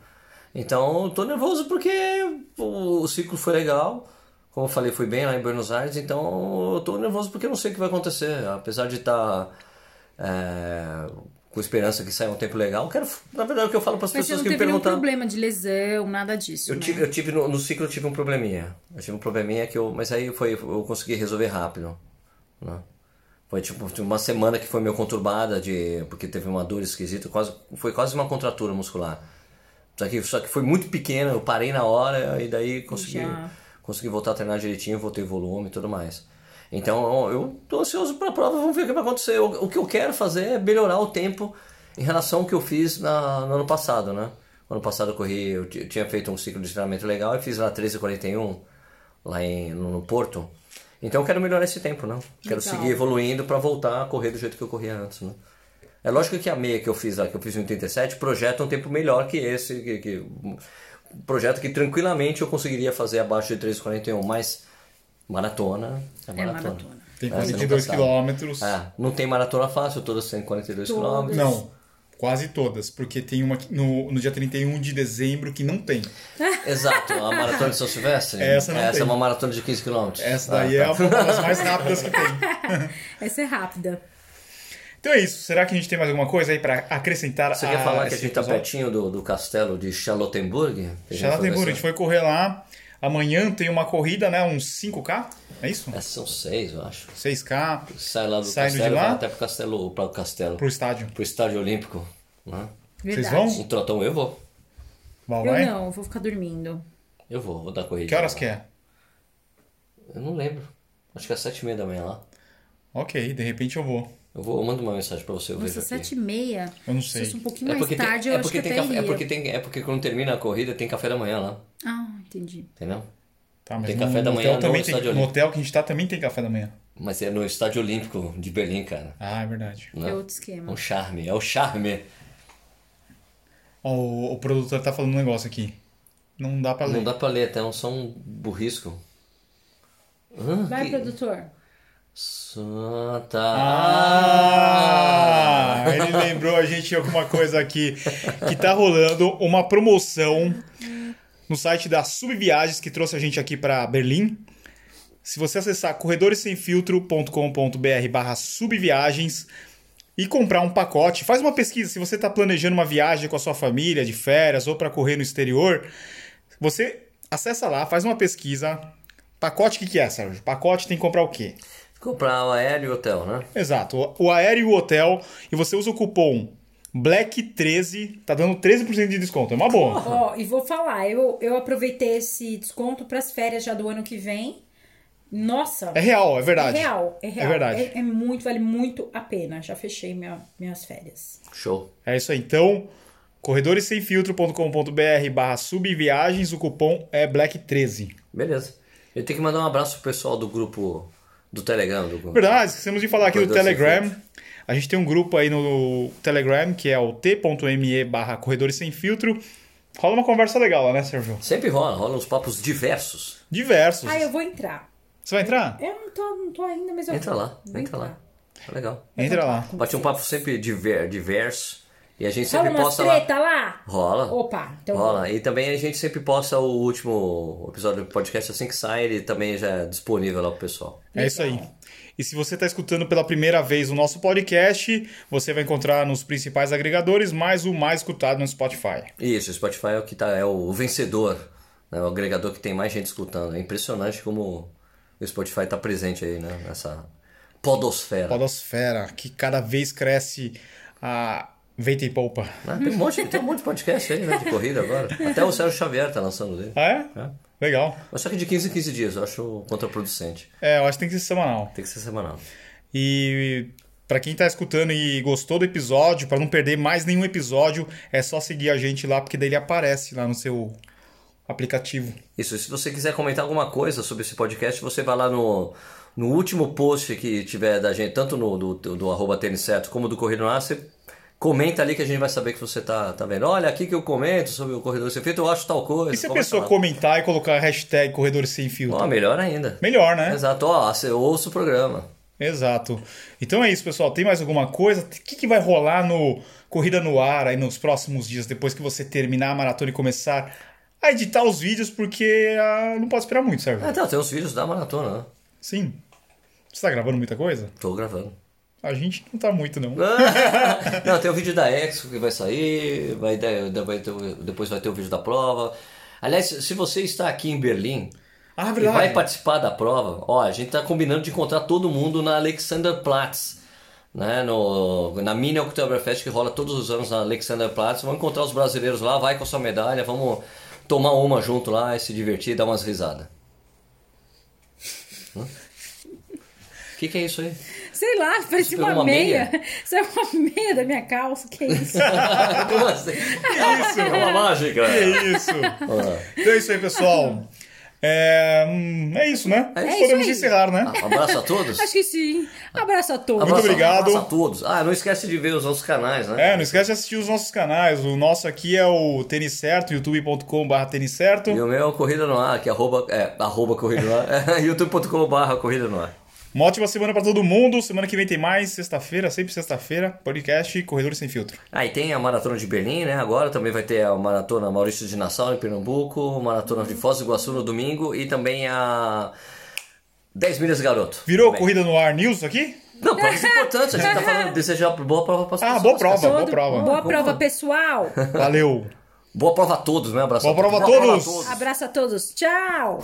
B: Então, eu tô nervoso porque o, o ciclo foi legal. Como eu falei, fui bem lá em Buenos Aires, então eu tô nervoso porque eu não sei o que vai acontecer. Apesar de estar com esperança que saia um tempo legal, eu quero, na verdade, o que eu falo para as
C: Mas você
B: pessoas
C: não
B: que me
C: teve nenhum
B: perguntam.
C: problema de lesão, nada disso.
B: Eu
C: né?
B: tive, eu tive no, no ciclo eu tive um probleminha. Eu tive um probleminha que eu, mas aí foi, eu consegui resolver rápido, né? Foi tipo uma semana que foi meio conturbada de porque teve uma dor esquisita, quase foi quase uma contratura muscular. Só que só que foi muito pequena, eu parei na hora e daí consegui
C: Já.
B: consegui voltar a treinar direitinho, voltei volume e tudo mais. Então eu tô ansioso para a prova, vamos ver o que vai acontecer. O, o que eu quero fazer é melhorar o tempo em relação ao que eu fiz na, no ano passado, né? No ano passado eu corri, eu, t- eu tinha feito um ciclo de treinamento legal e fiz lá 13,41 lá em, no, no Porto. Então eu quero melhorar esse tempo, né? Quero
C: Legal.
B: seguir evoluindo para voltar a correr do jeito que eu corria antes, né? É lógico que a meia que eu fiz lá, que eu fiz em 87, projeta um tempo melhor que esse, que, que um projeto que tranquilamente eu conseguiria fazer abaixo de 3,41, mas maratona é
C: É
B: maratona.
C: maratona.
A: Tem
B: É, você nunca
A: 42
B: sabe.
A: quilômetros.
B: É, não tem maratona fácil, todas têm 42
C: Todas.
B: quilômetros.
A: Não, quase todas, porque tem uma que- no, no dia 31 de dezembro que não tem.
B: Exato, a maratona de São Silvestre.
A: Essa não tem.
B: é uma maratona de Ah, 15 km.
A: Essa daí
B: tá.
A: é uma das mais rápidas que tem.
C: Essa é rápida.
A: Então é isso. Será que a gente tem mais alguma coisa aí pra acrescentar?
B: Você quer falar que a
A: Ah, esse
B: gente tá
A: episódio?
B: pertinho do, do castelo de Charlottenburg?
A: Charlottenburg, a gente foi correr lá. Amanhã tem uma corrida, né? Uns 5K? É isso?
B: É, são seis, eu acho.
A: 6K
B: Sai lá do
A: Saindo de
B: castelo,
A: lá?
B: vai até pro castelo, pra o castelo,
A: pro estádio.
B: pro estádio olímpico. Né?
A: Vocês
C: Verdade.
A: vão?
B: Um trotão, eu vou.
A: Val,
C: Eu
A: vai?
C: não, eu vou ficar dormindo.
B: Eu vou, vou dar corrida.
A: Que horas que é?
B: Eu não lembro. Acho que é sete e meia da manhã lá.
A: Ok, de repente eu vou.
B: Eu vou, eu mando uma mensagem pra você, eu
C: Nossa,
B: vejo aqui.
C: sete e meia.
A: Eu não
C: Se
A: sei.
C: fosse um pouquinho
B: É
C: mais
B: porque, tem,
C: tarde,
B: é
C: eu acho que
B: porque tem
C: eu até
B: café,
C: iria.
B: é porque tem, é porque quando termina a corrida tem café da manhã lá,
C: Ah, entendi.
B: entendeu?
A: Tá, mas
B: Tem
A: no,
B: café da
A: no
B: manhã
A: hotel
B: no
A: também tem,
B: estádio
A: no hotel que a gente tá também tem café da manhã.
B: Mas é no Estádio Olímpico de Berlim, cara.
A: Ah, é verdade.
B: né?
C: É outro
B: É
C: esquema.
B: um charme, é o charme.
A: Ó, o, o produtor tá falando um negócio aqui. Não dá pra ler.
B: Não dá pra ler, tá? É um só um burrisco. Hã?
C: Vai,
B: Que-
C: produtor.
B: Santa. tá.
A: Ah! Ele lembrou a gente de alguma coisa aqui. Que tá rolando uma promoção no site da Subviagens, que trouxe a gente aqui pra Berlim. Se você acessar corredoressemfiltro.com.br barra subviagens e comprar um pacote, faz uma pesquisa. Se você está planejando uma viagem com a sua família, de férias ou para correr no exterior, você acessa lá, faz uma pesquisa. Pacote, o que, que é, Sérgio? Pacote tem que comprar o quê?
B: Comprar o aéreo e o hotel, né?
A: Exato. O- O aéreo e o hotel. E você usa o cupom BLACK13, tá dando 13% de desconto. É uma boa.
C: Ó, e vou falar, eu, eu aproveitei esse desconto pras férias já do ano que vem. Nossa,
A: É real, é verdade.
C: é real, é real.
A: verdade.
C: É, é muito, vale muito a pena. Já fechei minha- minhas férias.
B: Show.
A: É isso aí. Então, corredoressemfiltro.com.br barra subviagens, o cupom é BLACK13.
B: Beleza. Eu tenho que mandar um abraço pro pessoal do grupo do Telegram. Do...
A: Verdade, esquecemos de falar aqui do
B: Corredores Sem
A: Telegram. A gente tem um grupo aí no Telegram, que é o t.me barra corredores sem filtro. Rola uma conversa legal lá, né, Sérgio?
B: Sempre rola, rola uns papos diversos.
A: Diversos.
C: Ah, eu vou entrar.
A: Você vai entrar?
C: Eu não tô, não tô ainda, mas eu
B: Entra
C: vou.
B: lá,
C: Vou
B: entra lá. Tá legal.
A: Entra lá.
B: Bate um papo sempre diver, diverso. E a gente
C: Rola
B: sempre
C: umas
B: posta lá.
C: treta lá?
B: Rola.
C: Opa, então
B: Rola. E também a gente sempre posta o último episódio do podcast assim que sai, ele também já é disponível lá pro pessoal.
A: É isso aí. E se você está escutando pela primeira vez o nosso podcast, você vai encontrar nos principais agregadores, mais o mais escutado no Spotify.
B: Isso, o Spotify é o que tá, é o vencedor, né? o agregador que tem mais gente escutando. É impressionante como o Spotify tá presente aí, né? Nessa podosfera.
A: Podosfera, que cada vez cresce a Veita e Poupa.
B: né? Tem, um monte, tem um monte de podcast aí, né? De corrida agora. Até o Sérgio Xavier tá lançando dele.
A: Ah, é?
B: É.
A: Legal.
B: Mas só que de 15 em 15 dias, eu acho contraproducente.
A: É, eu acho que tem que ser semanal.
B: Tem que ser semanal.
A: E para quem tá escutando e gostou do episódio, para não perder mais nenhum episódio, é só seguir a gente lá, porque daí ele aparece lá no seu aplicativo.
B: Isso, se você quiser comentar alguma coisa sobre esse podcast, você vai lá no, no último post que tiver da gente, tanto no, do, do, do arroba tênis certo como do Corrido no Ar, você comenta ali que a gente vai saber que você tá, tá vendo. Olha, aqui que eu comento sobre o corredor ser feito, eu acho tal coisa.
A: E se a
B: comenta
A: pessoa
B: lá.
A: comentar e colocar a hashtag Corredores Sem Filtro?
B: Ó, melhor ainda.
A: Melhor, né?
B: Exato, ó, você ouça o programa.
A: Exato. Então é isso, pessoal. Tem mais alguma coisa? O que, que vai rolar no Corrida no Ar aí nos próximos dias, depois que você terminar a maratona e começar a editar os vídeos, porque ah, não pode esperar muito,
B: Ah,
A: Sérgio.
B: tá, tem uns vídeos da maratona, né?
A: Sim. Você tá gravando muita coisa?
B: Tô gravando.
A: A gente não tá muito, não.
B: Ah. Não, tem o vídeo da Expo que vai sair, vai, dar- vai ter o- depois vai ter o vídeo da prova. Aliás, se você está aqui em Berlim,
A: Ah,
B: E vai
A: verdade.
B: participar da prova? Ó, a gente tá combinando de encontrar todo mundo na Alexanderplatz, né? No, na Mini Oktoberfest que rola todos os anos na Alexanderplatz. Vamos encontrar os brasileiros lá, vai com a sua medalha, vamos tomar uma junto lá e se divertir, dar umas risadas. O que, que é isso aí?
C: Sei lá, parecia
B: pegou
C: uma,
B: uma
C: meia.
B: meia?
C: Saiu uma meia da minha calça, que é isso?
B: Como assim?
A: Isso,
B: É uma mágica.
A: é isso. Então é isso aí, pessoal. É, hum, é isso, né?
B: É
C: isso
A: Podemos
C: aí.
A: encerrar, né?
B: Ah, abraço a todos. Um
C: Acho que sim. Abraço a todos.
B: Abraço-
A: obrigado.
B: Abraço a todos. Ah, não esquece de ver os nossos canais, né?
A: É, não esquece de assistir os nossos canais. O nosso aqui é o Tênis Certo, youtube.com.br Tênis Certo.
B: E o meu é o Corrida no Ar, que é arroba, é, arroba Corrida no Ar, é youtube.com.br Corrida no Ar.
A: Uma ótima semana pra todo mundo. Semana que vem tem mais, sexta-feira, sempre sexta-feira, podcast Corredores Sem Filtro.
B: Aí Ah, tem a Maratona de Berlim, né? Agora também vai ter a Maratona Maurício de Nassau, em Pernambuco, Maratona de Foz do Iguaçu no domingo e também a 10 Milhas Garoto.
A: Virou
B: Também.
A: Corrida no Ar News aqui?
B: Não, provas importantes, a gente tá falando de desejar boa prova para as
A: Ah,
B: pessoas.
A: boa prova.
B: cara.
A: boa prova.
C: Boa
B: Boa
C: prova,
B: prova.
C: pessoal.
A: Valeu!
B: Boa prova a todos, né? Abraço
A: Boa prova a todos.
C: Abraço a todos. Tchau.